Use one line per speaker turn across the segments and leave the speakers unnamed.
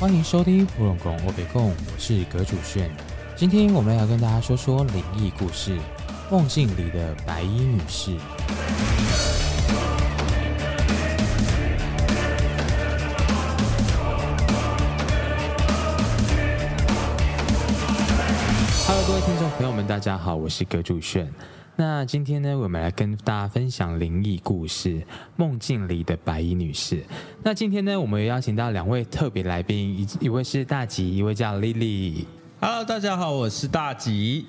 欢迎收听《普龙宫我北贡》，我是葛主炫。今天我们要跟大家说说灵异故事，《梦境里的白衣女士》。Hello，各位听众朋友们，大家好，我是葛主炫。那今天呢，我们来跟大家分享灵异故事《梦境里的白衣女士》。那今天呢，我们也邀请到两位特别来宾，一一位是大吉，一位叫 Lily。
Hello，大家好，哦我是大吉。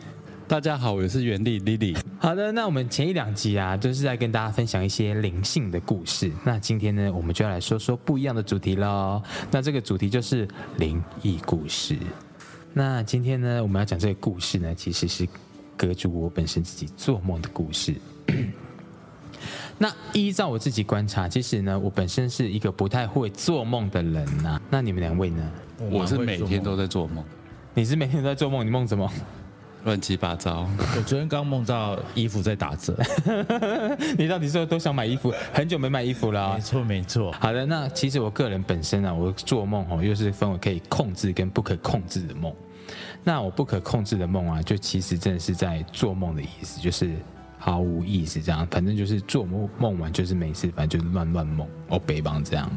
大家好，我是袁丽 Lily。
好的，那我们前一两集啊，就是在跟大家分享一些灵性的故事。那今天呢，我们就要来说说不一样的主题喽。那这个主题就是灵异故事。那今天呢，我们要讲这个故事呢，其实是阁主我本身自己做梦的故事。 那依照我自己观察，其实呢，我本身是一个不太会做梦的人呐、那你们两位呢？
我是每天都在做梦，
你是每天都在做梦，你梦什么？
乱七八糟。
我昨天刚梦到衣服在打 折，
你到底是都想买衣服？很久没买衣服了啊、
没错没错，
好的，那其实我个人本身啊，我做梦哦，又是分为可以控制跟不可控制的梦。那我不可控制的梦啊，就其实真的是在做梦的意思，就是毫无意识这样，反正就是做梦梦完就是没事，反正就是乱乱梦哦，北方这样。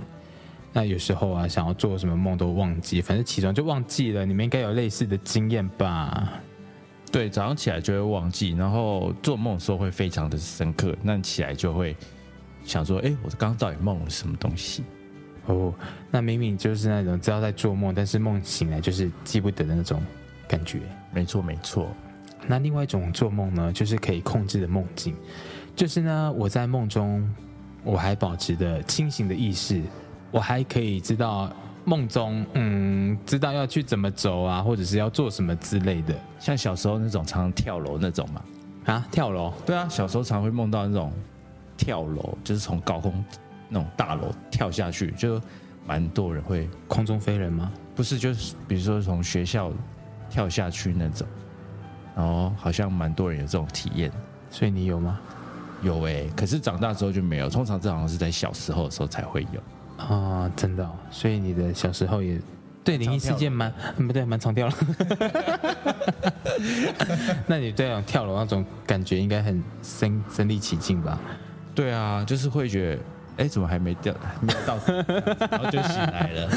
那有时候啊，想要做什么梦都忘记，反正起床就忘记了。你们应该有类似的经验吧？
对，早上起来就会忘记，然后做梦的时候会非常的深刻，那你起来就会想说，哎，我刚刚到底梦了什么东西？
哦，那明明就是那种知道在做梦，但是梦醒来就是记不得的那种感觉。
没错没错，
那另外一种做梦呢，就是可以控制的梦境，就是呢，我在梦中我还保持着清醒的意识，我还可以知道梦中嗯，知道要去怎么走啊，或者是要做什么之类的
像小时候那种常常跳楼那种嘛。
啊，跳楼。
对啊，小时候常会梦到那种跳楼，就是从高空那种大楼跳下去，就蛮多人会，
空中飞人吗？
不是就是比如说从学校跳下去那种，然后好像蛮多人有这种体验。
所以你有吗？
有哎、可是长大之后就没有。通常这好像是在小时候的时候才会有。
啊、真的、哦。所以你的小时候也对灵异
常跳
事件蛮，嗯不对，蛮常跳了。 那你对那种跳楼那种感觉应该很身身临其境吧？
对啊，就是会觉得，哎、怎么还没掉，还没到，然后就醒来了。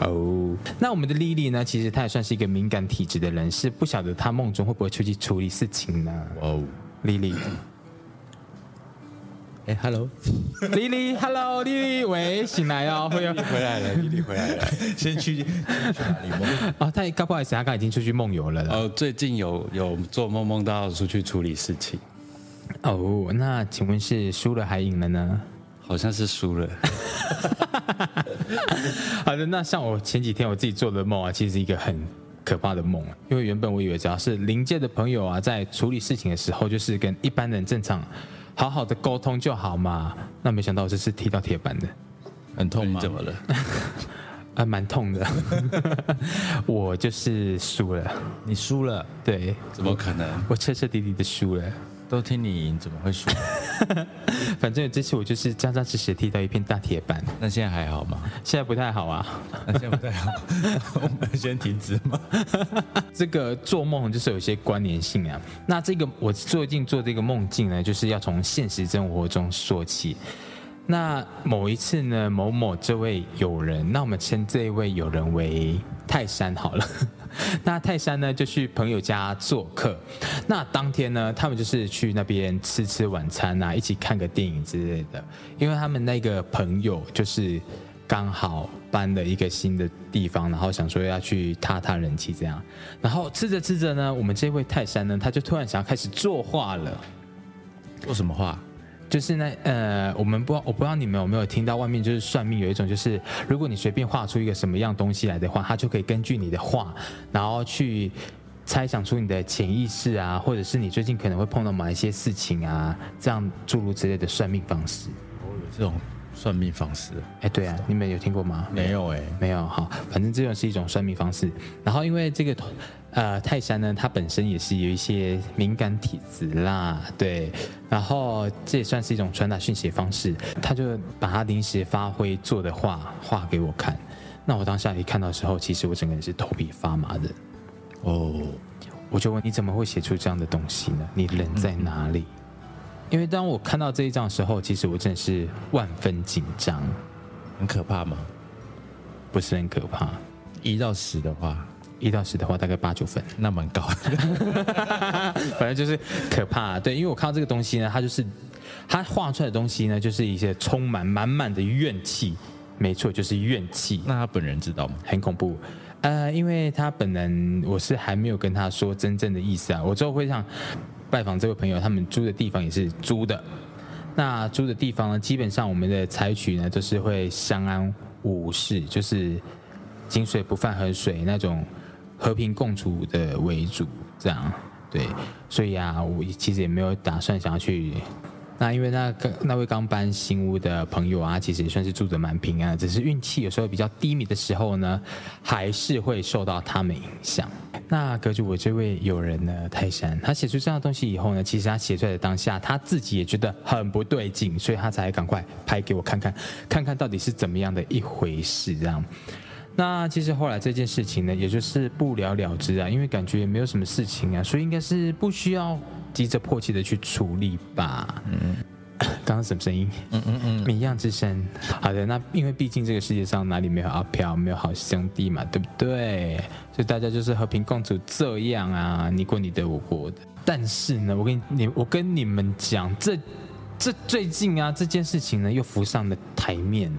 哦，那我们的莉莉呢？其实她也算是一个敏感体质的人，是不晓得她梦中会不会出去处理事情呢？
哦，
莉莉，
哎，hello，
莉莉，Hello，莉莉，喂，醒来哦，会哦，
回来了，Lily 回来了。
先去去哪里梦？
哦，她刚不好意思，她刚已经出去梦游了啦。
哦，最近有有做梦梦到出去处理事情，
哦，那请问是输了还赢了呢？
好像是输了。
好的，那像我前几天我自己做的梦啊，其实是一个很可怕的梦啊，因为原本我以为只要是临界的朋友啊，在处理事情的时候，就是跟一般人正常好好的沟通就好嘛，那没想到我这是踢到铁板的。
很痛
你
吗？
怎么了？
啊，蛮痛的， 我就是输了，
你输了，
对
怎么可能？
我彻彻底底的输了。
都听你赢，怎么会输？
反正这次我就是扎扎实实地踢到一片大铁板，
那现在还好吗？
现在不太好啊。
那现在不太好， 我们先停止吗？
这个做梦就是有一些关联性啊。那这个我最近做这个梦境呢，就是要从现实生活中说起。那某一次呢，某某这位友人，那我们称这一位友人为泰山好了。 那泰山呢，就去朋友家做客。那当天呢，他们就是去那边吃吃晚餐啊，一起看个电影之类的。因为他们那个朋友就是刚好搬了一个新的地方，然后想说要去踏踏人气这样。然后吃着吃着呢，我们这位泰山呢，他就突然想要开始作画了。
说什么话？
就是那呃，我们不知道我不知道你们有没有听到外面就是算命有一种就是，如果你随便画出一个什么样东西来的话，它就可以根据你的画，然后去猜想出你的潜意识啊，或者是你最近可能会碰到某一些事情啊，这样诸如之类的算命方式。
我有这种算命方式？
哎，对啊，你们有听过吗？
没有哎、
没有好，反正这种是一种算命方式。然后因为这个呃泰山呢，他本身也是有一些敏感体质啦，对，然后这也算是一种传达讯息的方式。他就把他临时发挥做的画画给我看，那我当下一看到的时候，其实我整个人是头皮发麻的。
哦，
我就问你怎么会写出这样的东西呢？你人在哪里？因为当我看到这一张的时候，其实我真的是万分紧张，
很可怕吗？
不是很可怕。
一到十的话，
一到十的话，大概八九分。
那蛮高的。
反正就是可怕。对，因为我看到这个东西呢，它就是它画出来的东西呢，就是一些充满满满的怨气。没错，就是怨气，
那他本人知道吗？
很恐怖。呃，因为他本人我是还没有跟他说真正的意思啊，我之后会让拜访这位朋友，他们租的地方也是租的。那租的地方呢，基本上我们的采取呢，都是会相安无事，就是井水不犯河水那种和平共处的为主，这样对。所以啊，我其实也没有打算想要去。那因为那个那位刚搬新屋的朋友啊，其实也算是住的蛮平安的，只是运气有时候比较低迷的时候呢，还是会受到他们影响。那隔着我这位友人呢，泰山，他写出这样的东西以后呢，其实他写出来的当下，他自己也觉得很不对劲，所以他才赶快拍给我看看，看看到底是怎么样的一回事这样。那其实后来这件事情呢，也就是不了了之啊，因为感觉也没有什么事情啊，所以应该是不需要急着迫切的去处理吧。嗯， 刚刚什么声音？嗯嗯嗯，米样之声。好的，那因为毕竟这个世界上哪里没有阿飘，没有好兄弟嘛，对不对？所以大家就是和平共处这样啊，你过你的，我过我的。但是呢，我跟你，我跟你们讲，这这最近啊，这件事情呢又浮上了台面。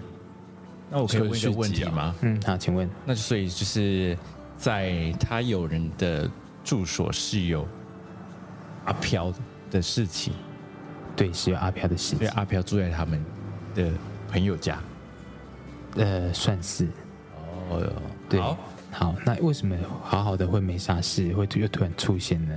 那我可以问一个问
续集
题
啊
吗？
嗯，好，请问。
那所以就是在他友人的住所是有阿飘的事情，
对，是有阿飘的事
所以
情，
阿飘住在他们的朋友家。
呃，算是
哦，
对。
好
好那为什么好好的会没啥事，会又突然出现呢？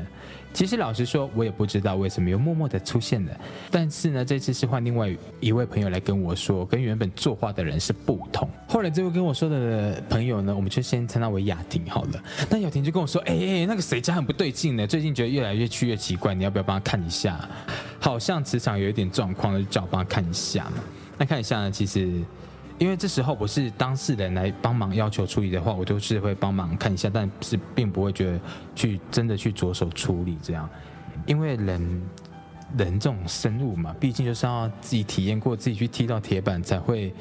其实老实说，我也不知道为什么又默默的出现了。但是呢，这次是换另外一位朋友来跟我说，跟原本作画的人是不同。后来这位跟我说的朋友呢，我们就先称他为雅婷好了。那雅婷就跟我说：“哎、哎，那个谁家很不对劲呢，最近觉得越来越去越奇怪，你要不要帮他看一下？好像磁场有一点状况，就叫我帮他看一下嘛。那看一下呢，其实因为这时候我是当事人来帮忙要求处理的话，我都是会帮忙看一下，但是并不会觉得去真的去着手处理这样，因为人人这种生物嘛，毕竟就是要自己体验过，自己去踢到铁板才会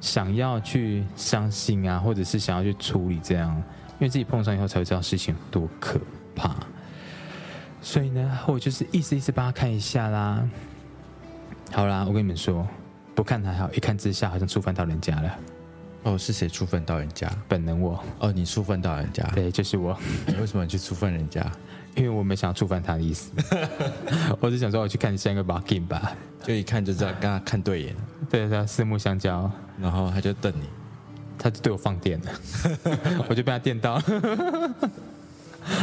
想要去相信啊，或者是想要去处理这样，因为自己碰上以后才会知道事情有多可怕。所以呢，我就是意思意思帮他看一下啦。好啦，我跟你们说，不看还好，一看之下好像触犯到人家了。
哦，是谁触犯到人家？
本能我，
哦，你触犯到人家，
对，就是我，
你为什么去触犯人家？
因为我没想要触犯他的意 思，我只想说我去看一下那个 b u g i n 吧。
就一看就知道跟他看对眼，
对他四目相交，
然后他就瞪你。
他就对我放电了， 我就被他电到。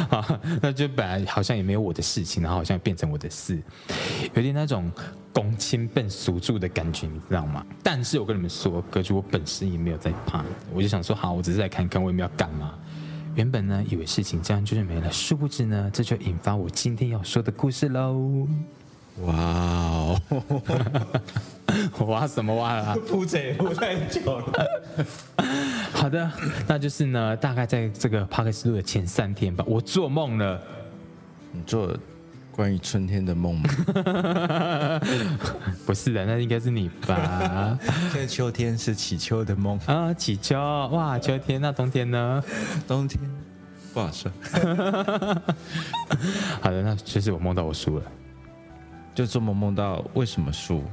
好，那就本来好像也没有我的事情，然后好像变成我的事，有点那种公亲笨俗住的感觉，你知道吗？但是我跟你们说，格局我本身也没有在怕，我就想说，好，我只是来看看，我也没有干嘛。原本呢，以为事情这样就是没了，殊不知呢，这就引发我今天要说的故事喽。
哇哦，
我挖什么挖了、啊？
铺陈铺太久了。
好的，那就是呢，大概在这个帕克斯路的前三天吧，我做梦了。
你做关于春天的梦吗？
不是的，那应该是你吧？
现在秋天是起秋的梦，
啊，起秋哇，秋天那冬天呢？
冬天不好说。
好的，那就是我梦到我输了，
就做梦梦到为什么输，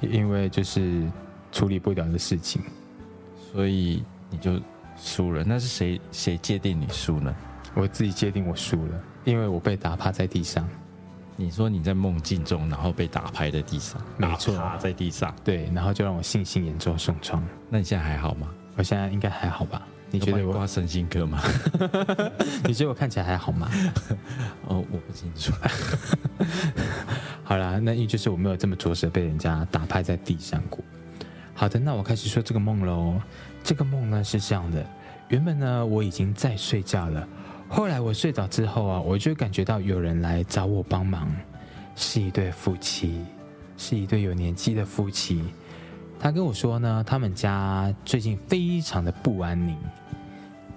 因为就是处理不了的事情，
所以你就输了。那是谁谁界定你输呢？
我自己界定我输了，因为我被打趴在地上。
你说你在梦境中，然后被打拍在地上，
没错
打趴在地上。
对，然后就让我信心严重受创。
那你现在还好吗？
我现在应该还好吧？你觉
有帮
得
你
我？
挂身心科吗？
你觉得我看起来还好吗？
哦，我不清楚。
好啦，那因为就是我没有这么着实被人家打拍在地上过。好的，那我开始说这个梦喽。这个梦呢是这样的，原本呢我已经在睡觉了，后来我睡着之后啊，我就感觉到有人来找我帮忙，是一对夫妻，是一对有年纪的夫妻。他跟我说呢，他们家最近非常的不安宁，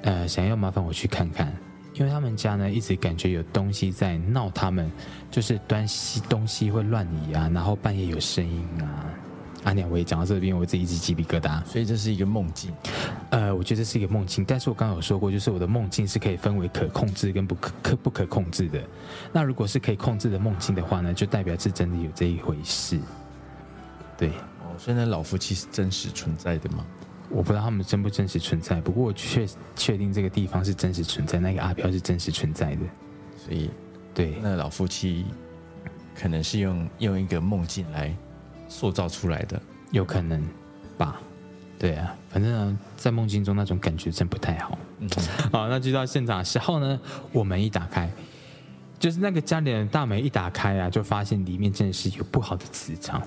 呃，想要麻烦我去看看，因为他们家呢一直感觉有东西在闹他们，就是端西东西会乱移啊，然后半夜有声音啊。阿娘，我也讲到这边，我自己一直鸡皮疙瘩。
所以这是一个梦境。
呃，我觉得这是一个梦境，但是我刚刚有说过，就是我的梦境是可以分为可控制跟不可可不可控制的。那如果是可以控制的梦境的话呢，就代表是真的有这一回事。对，
哦，所以那老夫妻是真实存在的吗？
我不知道他们真不真实存在，不过我确确定这个地方是真实存在，那个阿飘是真实存在的。
所以
对，
那老夫妻可能是用用一个梦境来塑造出来的。
有可能吧。对啊，反正呢，在梦境中那种感觉真不太好。
嗯
好，那就到现场的时候呢，我门一打开，就是那个家里的大门一打开啊，就发现里面真的是有不好的磁场。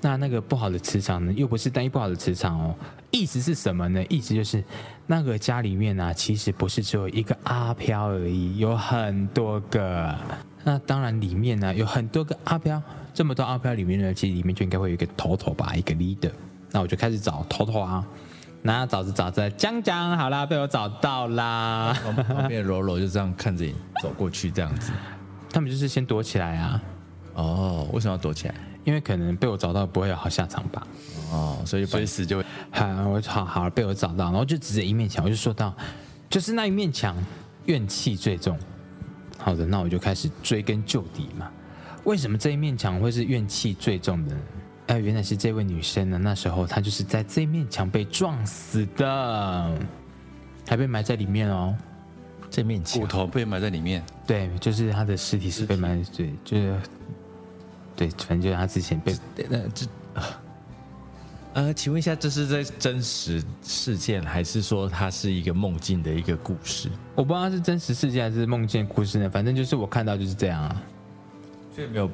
那那个不好的磁场呢，又不是单一不好的磁场哦，意思是什么呢？意思就是那个家里面啊，其实不是只有一个阿飘而已，有很多个。那当然里面呢、有很多个阿飘，这么多阿飘里面呢，其实里面就应该会有一个头头吧，一个 leader。那我就开始找头头啊，那找着找着，江江好啦，被我找到啦。
旁旁边的柔柔就这样看着你走过去，这样子。
他们就是先躲起来啊，
哦，为什么要躲起来？
因为可能被我找到不会有好下场吧。
哦，所以就把
随时就会
好，我好好被我找到，然后就指着一面墙，我就说到，就是那一面墙怨气最重。好的，那我就开始追根究底嘛。为什么这一面墙会是怨气最重的呢？哎、原来是这位女生呢，那时候她就是在这面墙被撞死的，还被埋在里面哦。
这面
骨
墙
头被埋在里面，
对，就是她的尸体是被埋，对，就是，对，反正就是她之前被
那这啊呃，请问一下，这是在真实事件，还是说它是一个梦境的一个故事？
我不知道是真实事件还是梦见故事呢，反正就是我看到就是这样啊。
所以没有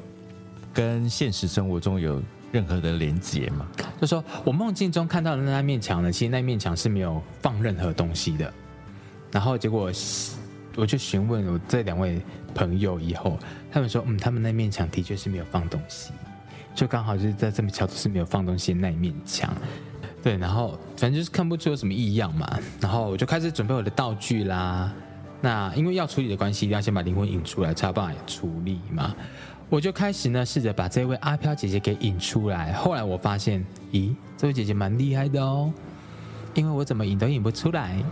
跟现实生活中有任何的连结嘛？
就说我梦境中看到的那面墙呢，其实那面墙是没有放任何东西的。然后结果我就询问我这两位朋友以后，他们说，嗯，他们那面墙的确是没有放东西，就刚好就是在这么巧都是没有放东西的那一面墙。对，然后反正就是看不出有什么异样嘛。然后我就开始准备我的道具啦。那因为要处理的关系，一定要先把灵魂引出来，才有办法处理嘛。我就开始呢，试着把这位阿飘姐姐给引出来。后来我发现，咦，这位姐姐蛮厉害的哦，因为我怎么引都引不出来。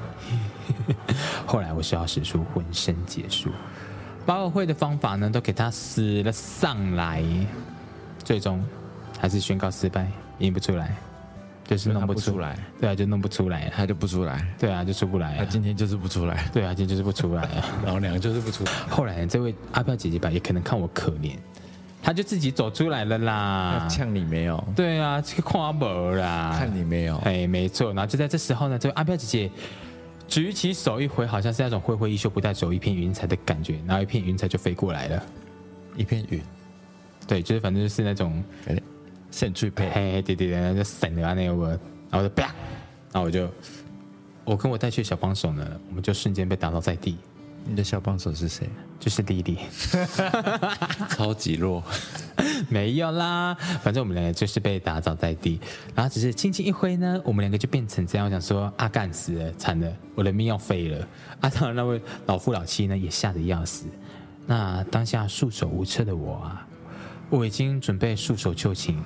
后来我是要使出浑身解数，把我会的方法呢都给她使了上来，最终还是宣告失败，引不出来，就是弄
它
不
不
出
出
来。
来，
对啊，就弄不出来了。
它就不出来，
对啊，就出不来
它
了。
今天就是不出来。
对啊，今天就是不出来啊。
老娘就是不出。
后来这位阿飘姐姐吧，也可能看我可怜，她就自己走出来了啦
那。哎呛你没有？
对啊，这个跨博啦。
看你没有？
哎，没错。然后就在这时候呢，这位阿飘姐姐举起手一挥，好像是那种挥挥衣袖不带走一片云彩的感觉，然后一片云彩就飞过来了。
一片云，哎
对，就是反正就是那种
感觉现去配。
嘿，对对对，然后就闪了啊那个我，然后我就啪，然后我就，我跟我带去的小帮手呢，我们就瞬间被打倒在地，
你的小帮手是谁？
就是莉莉。
超级弱，
没有啦，反正我们两个就是被打倒在地，然后只是轻轻一挥呢，我们两个就变成这样。我想说，啊，干死了，惨了，我的命要废了。啊，当然那位老夫老妻呢也吓得要死。那当下束手无策的我啊，我已经准备束手就擒，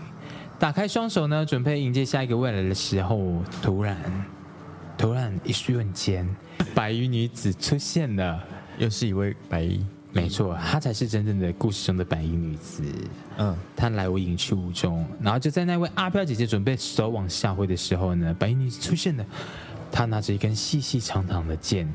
打开双手呢，准备迎接下一个未来的时候，突然，突然一瞬间，白衣女子出现了。
又是一位白衣。
没错，她才是真正的故事中的白衣女子。
嗯，
他来我隐去无踪，然后就在那位阿飘姐姐准备手往下挥的时候呢，白衣女子出现了。她拿着一根细细长长的剑，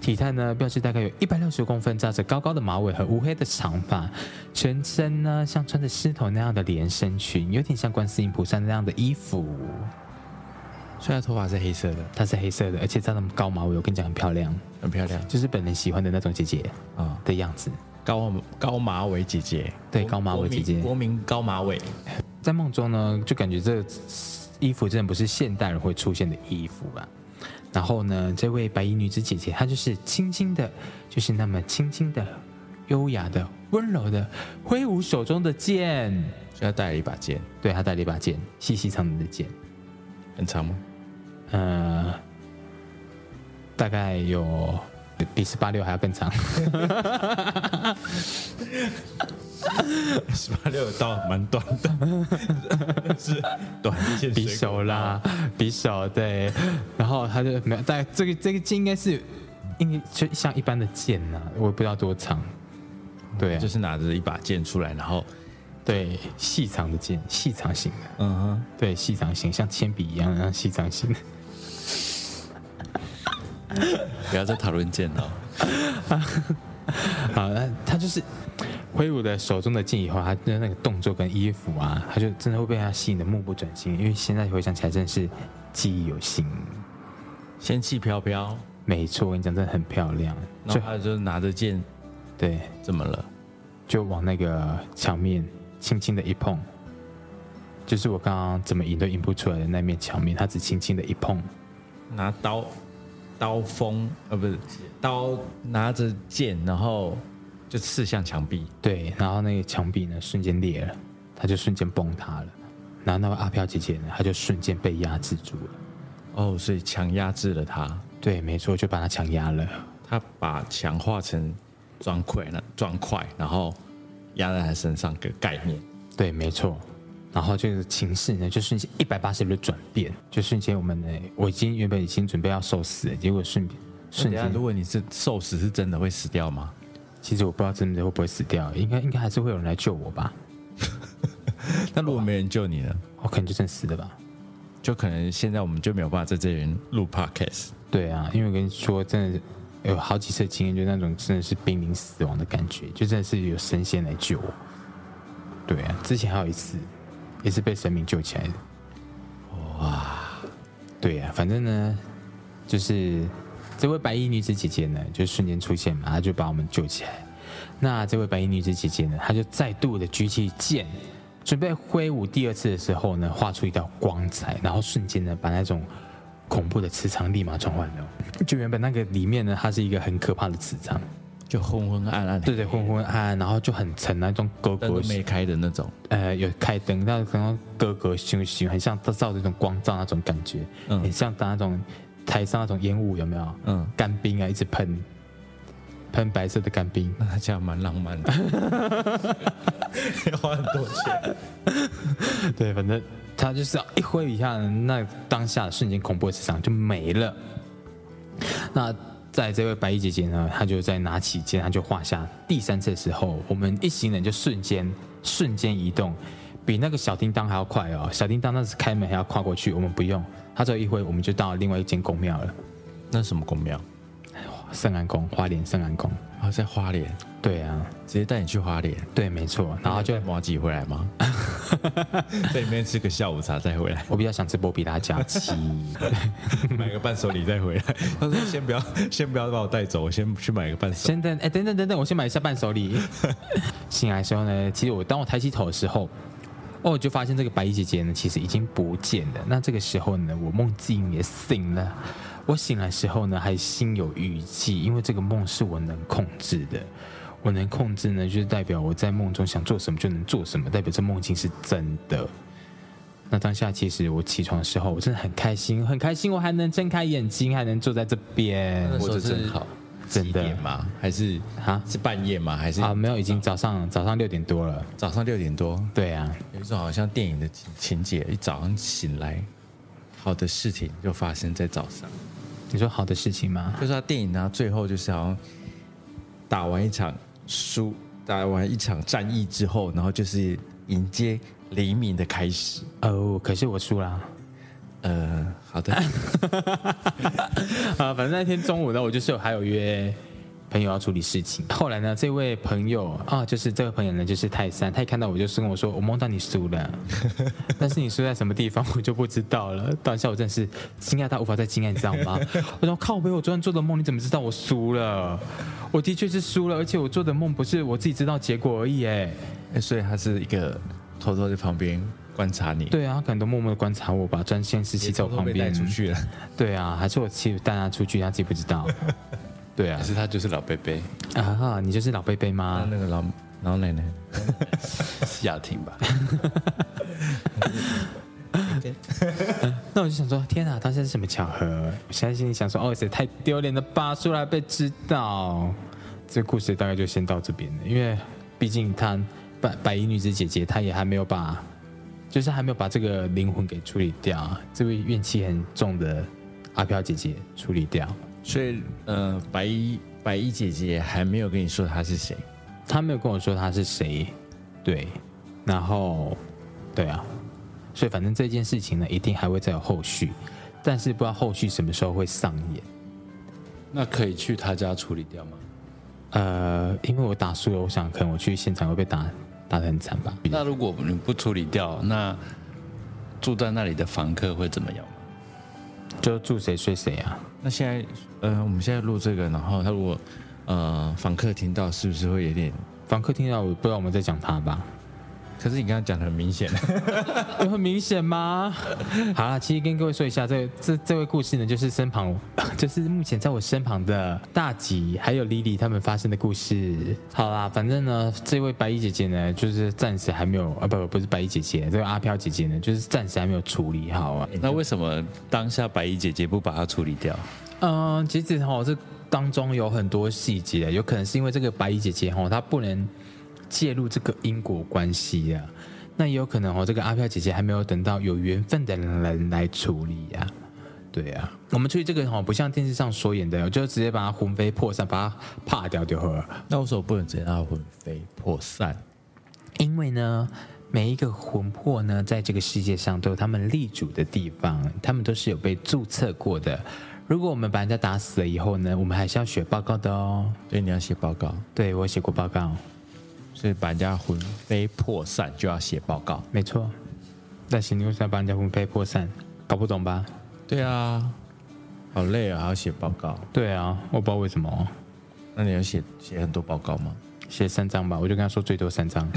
体态呢标志大概有一百六十公分，扎着高高的马尾和乌黑的长发，全身呢像穿着狮头那样的连身裙，有点像观世音菩萨那样的衣服。
虽然头发是黑色的，
她是黑色的，而且扎那么高马尾，我跟你讲很漂亮，
很漂亮
就是本人喜欢的那种姐姐
啊、
的样子。
高高马尾姐姐，
对
国
高马尾姐姐
国民国民高马尾。
在梦中呢，就感觉这衣服真的不是现代人会出现的衣服啊。然后呢，这位白衣女子姐姐，她就是轻轻的，就是那么轻轻的、优雅的、温柔的挥舞手中的剑。
所以她带了一把剑，
对，她带了一把剑，细细长长的剑。
很长吗？
呃，大概有比比十八六还要更长，
十八六刀蛮短的， 是短线
比手啦，比手对，然后他就没有，大概这个这个剑应该是，应该就像一般的剑呐、我也不知道多长，对啊
就，是拿着一把剑出来，然 后
对，细长的剑，细长型的，
嗯哼，
对，细长型，像铅笔一样，像细长 型的。
不要再讨论剑了。
好，那他就是挥舞的手中的剑以后，他的那个动作跟衣服啊，他就真的会被他吸引的目不转睛。因为现在回想起来，真的是记忆犹新。
仙气飘飘，
没错，我跟你讲，真的很漂亮。
然后
就
他就拿着剑，
对，
怎么了？
就往那个墙面轻轻的一碰，就是我刚刚怎么引都引不出来的那面墙面，他只轻轻的一碰，
拿刀，刀锋，呃，不是刀，拿着剑，然后就刺向墙壁。
对，然后那个墙壁呢瞬间裂了，他就瞬间崩塌了。然后那位阿飘姐姐呢，她就瞬间被压制住了。
哦，所以墙压制了他，
对，没错，就把她强压了。
他把墙化成砖块，那砖块，然后压在他身上个概念。
对，没错。然后这个情势呢，就瞬间一百八十度转变，就瞬间我们呢，我已经原本已经准备要受死了，结果瞬瞬
瞬间，
间，
如果你是受死，是真的会死掉吗？
其实我不知道真的会不会死掉，应该应该还是会有人来救我吧，
那如果没人救你呢？
我可能就真死了吧。
就可能现在我们就没有办法在这边录 podcast。
对啊，因为我跟你说，真的有好几次经验，就那种真的是濒临死亡的感觉，就真的是有神仙来救我。对啊，之前还有一次，也是被神明救起来的。哇，对啊，反正呢，就是这位白衣女子姐姐呢，就瞬间出现嘛，她就把我们救起来。那这位白衣女子姐姐呢，她就再度的举起剑，准备挥舞第二次的时候呢，画出一道光彩，然后瞬间呢，把那种恐怖的磁场立马转换了。就原本那个里面呢，它是一个很可怕的磁场，
就昏昏暗暗，
对对，昏昏暗暗，然后就很沉那种勾
灯
勾
都，没开的那种。
呃，有开灯，但是然后勾勾咻咻，很像照那种光照那种感觉，
嗯
很像当那种台上那种烟雾有没有？
嗯，
干冰啊，一直喷，喷白色的干冰。
那这样蛮浪漫的，要花很多钱。
对，反正他就是要一挥一下，那当下的瞬间恐怖的磁场就没了。那在这位白衣姐姐呢，她就在拿起剑，她就画下第三次的时候，我们一行人就瞬间瞬间移动，比那个小叮当还要快哦。小叮当那是开门还要跨过去，我们不用，他只有一挥，我们就到另外一间宫庙了，
那什么公庙？
圣安宫，花莲圣安宫。
啊，在花莲，
对啊，
直接带你去花莲，
对，没错。然后就
再马几回来 吗？在里面吃个下午茶再 回来，
我比较想吃波比拉 加七，
买个伴手礼再回来。他说先不 要，先不要把我带走，我先去买个伴手。
先等，哎、等等等等，我先买一下伴手 礼。醒来的时候呢，其实我当我抬起头的时候，哦，我就发现这个白衣姐姐呢，其实已经不见了。那这个时候呢，我梦境也醒了。我醒来的时候呢，还心有余悸，因为这个梦是我能控制的。我能控制呢，就是代表我在梦中想做什么就能做什么，代表这梦境是真的。那当下其实我起床的时候，我真的很开心，很开心，我还能睁开眼睛，还能坐在这边。
那时候
活着真
是
好
真
几
的
点吗？还是
啊
是半夜吗？还是
啊，没有，已经早上早上六点多了。
早上六点多？
对啊，
有一种好像电影的情情节，一早上醒来，好的事情就发生在早上。
你说好的事情吗？
就是他电影呢、最后就是好像打完一场输，打完一场战役之后，然后就是迎接黎明的开始。
哦，可是我输啦。
呃，好的，
啊，反正那天中午呢，我就是有还有约朋友要处理事情。后来呢，这位朋友啊，就是这位朋友呢，就是泰山，他一看到我就是跟我说，我梦到你输了， 但是你输在什么地方我就不知道了。当下我真的是惊讶到无法再惊讶，你知道吗？ 我说靠背，我昨天做的梦，你怎么知道我输了？我的确是输了，而且我做的梦不是我自己知道结果而已，哎。
欸所以他是一个偷偷在旁边观察你，，
对啊，他可能都默默的观察我吧，专心是骑在我旁
被带
边
出。去了。
对啊，还是我骑带他出去，他自己不知 道。对啊
可，是他就是老贝贝，
啊，你就是老贝贝
啊，
吗？
那个老老奶奶，
是雅婷吧？
对，
那我就想说，天啊哪，当时是什么巧合？我现在心里想说，哦，这也太丢脸了吧，出来被知道。这故事大概就先到这边了，因为毕竟她白白衣女子姐姐，她也还没有把，就是还没有把这个灵魂给处理掉，这位怨气很重的阿飘姐姐处理掉。
所以呃，白衣白衣姐姐还没有跟你说她是谁，
他没有跟我说他是谁，对，然后对啊，所以反正这件事情呢，一定还会再有后续，但是不知道后续什么时候会上演。
那可以去他家处理掉吗？
呃，因为我打输了，我想可能我去现场会被打打得很惨吧。
那如果你不处理掉，那住在那里的房客会怎么样吗？
就住谁睡谁啊？
那现在呃，我们现在录这个，然后他如果呃访客听到，是不是会有点？
房客听到我不知道我们在讲他吧？
可是你刚刚讲的很明显，
有很明显吗？好啦，其实跟各位说一下，这这这位故事呢，就是身旁， 就是目前在我身旁的大吉还有 Lily 他们发生的故事。好啦，反正呢，这位白衣姐姐呢，就是暂时还没有啊，不不是白衣姐姐，这位阿飘姐姐呢，就是暂时还没有处理好啊。
那为什么当下白衣姐姐不把它处理掉？
嗯，其实哈、这当中有很多细节，有可能是因为这个白衣姐姐哈、她不能介入这个因果关系啊。那也有可能哦，这个阿飘姐姐还没有等到有缘分的人来处理呀、对啊，我们处理这个哈、不像电视上所演的，就直接把它魂飞魄散，把它啪掉就好了。
那为什么不能直接让他魂飞魄散？
因为呢，每一个魂魄呢，在这个世界上都有他们立足的地方，他们都是有被注册过的。如果我们把人家打死了以后呢，我们还是要写报告的哦。
所以你要写报告，
对我写过报告，
所以把人家魂飞魄散就要写报告。
没错。但是你为什么要把人家魂飞魄散？搞不懂吧？
对啊，好累啊，还要写报告。
对啊，我不知道为什么，
那你要写写很多报告 吗？
写三张吧，我就跟他说最多三张。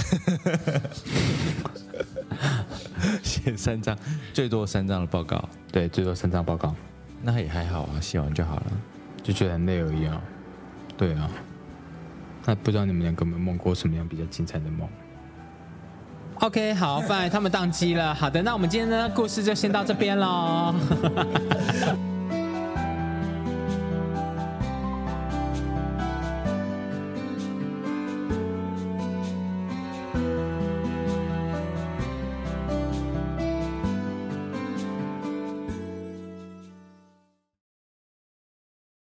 写三张，最多三张的报告，
对，最多三张报告，
那也还好啊，写完就好了。
就觉得很累而已啊。对啊，那不知道你们两个有没有梦过什么样比较精彩的梦？OK，好，拜，他们宕机了。好的，那我们今天的故事就先到这边喽。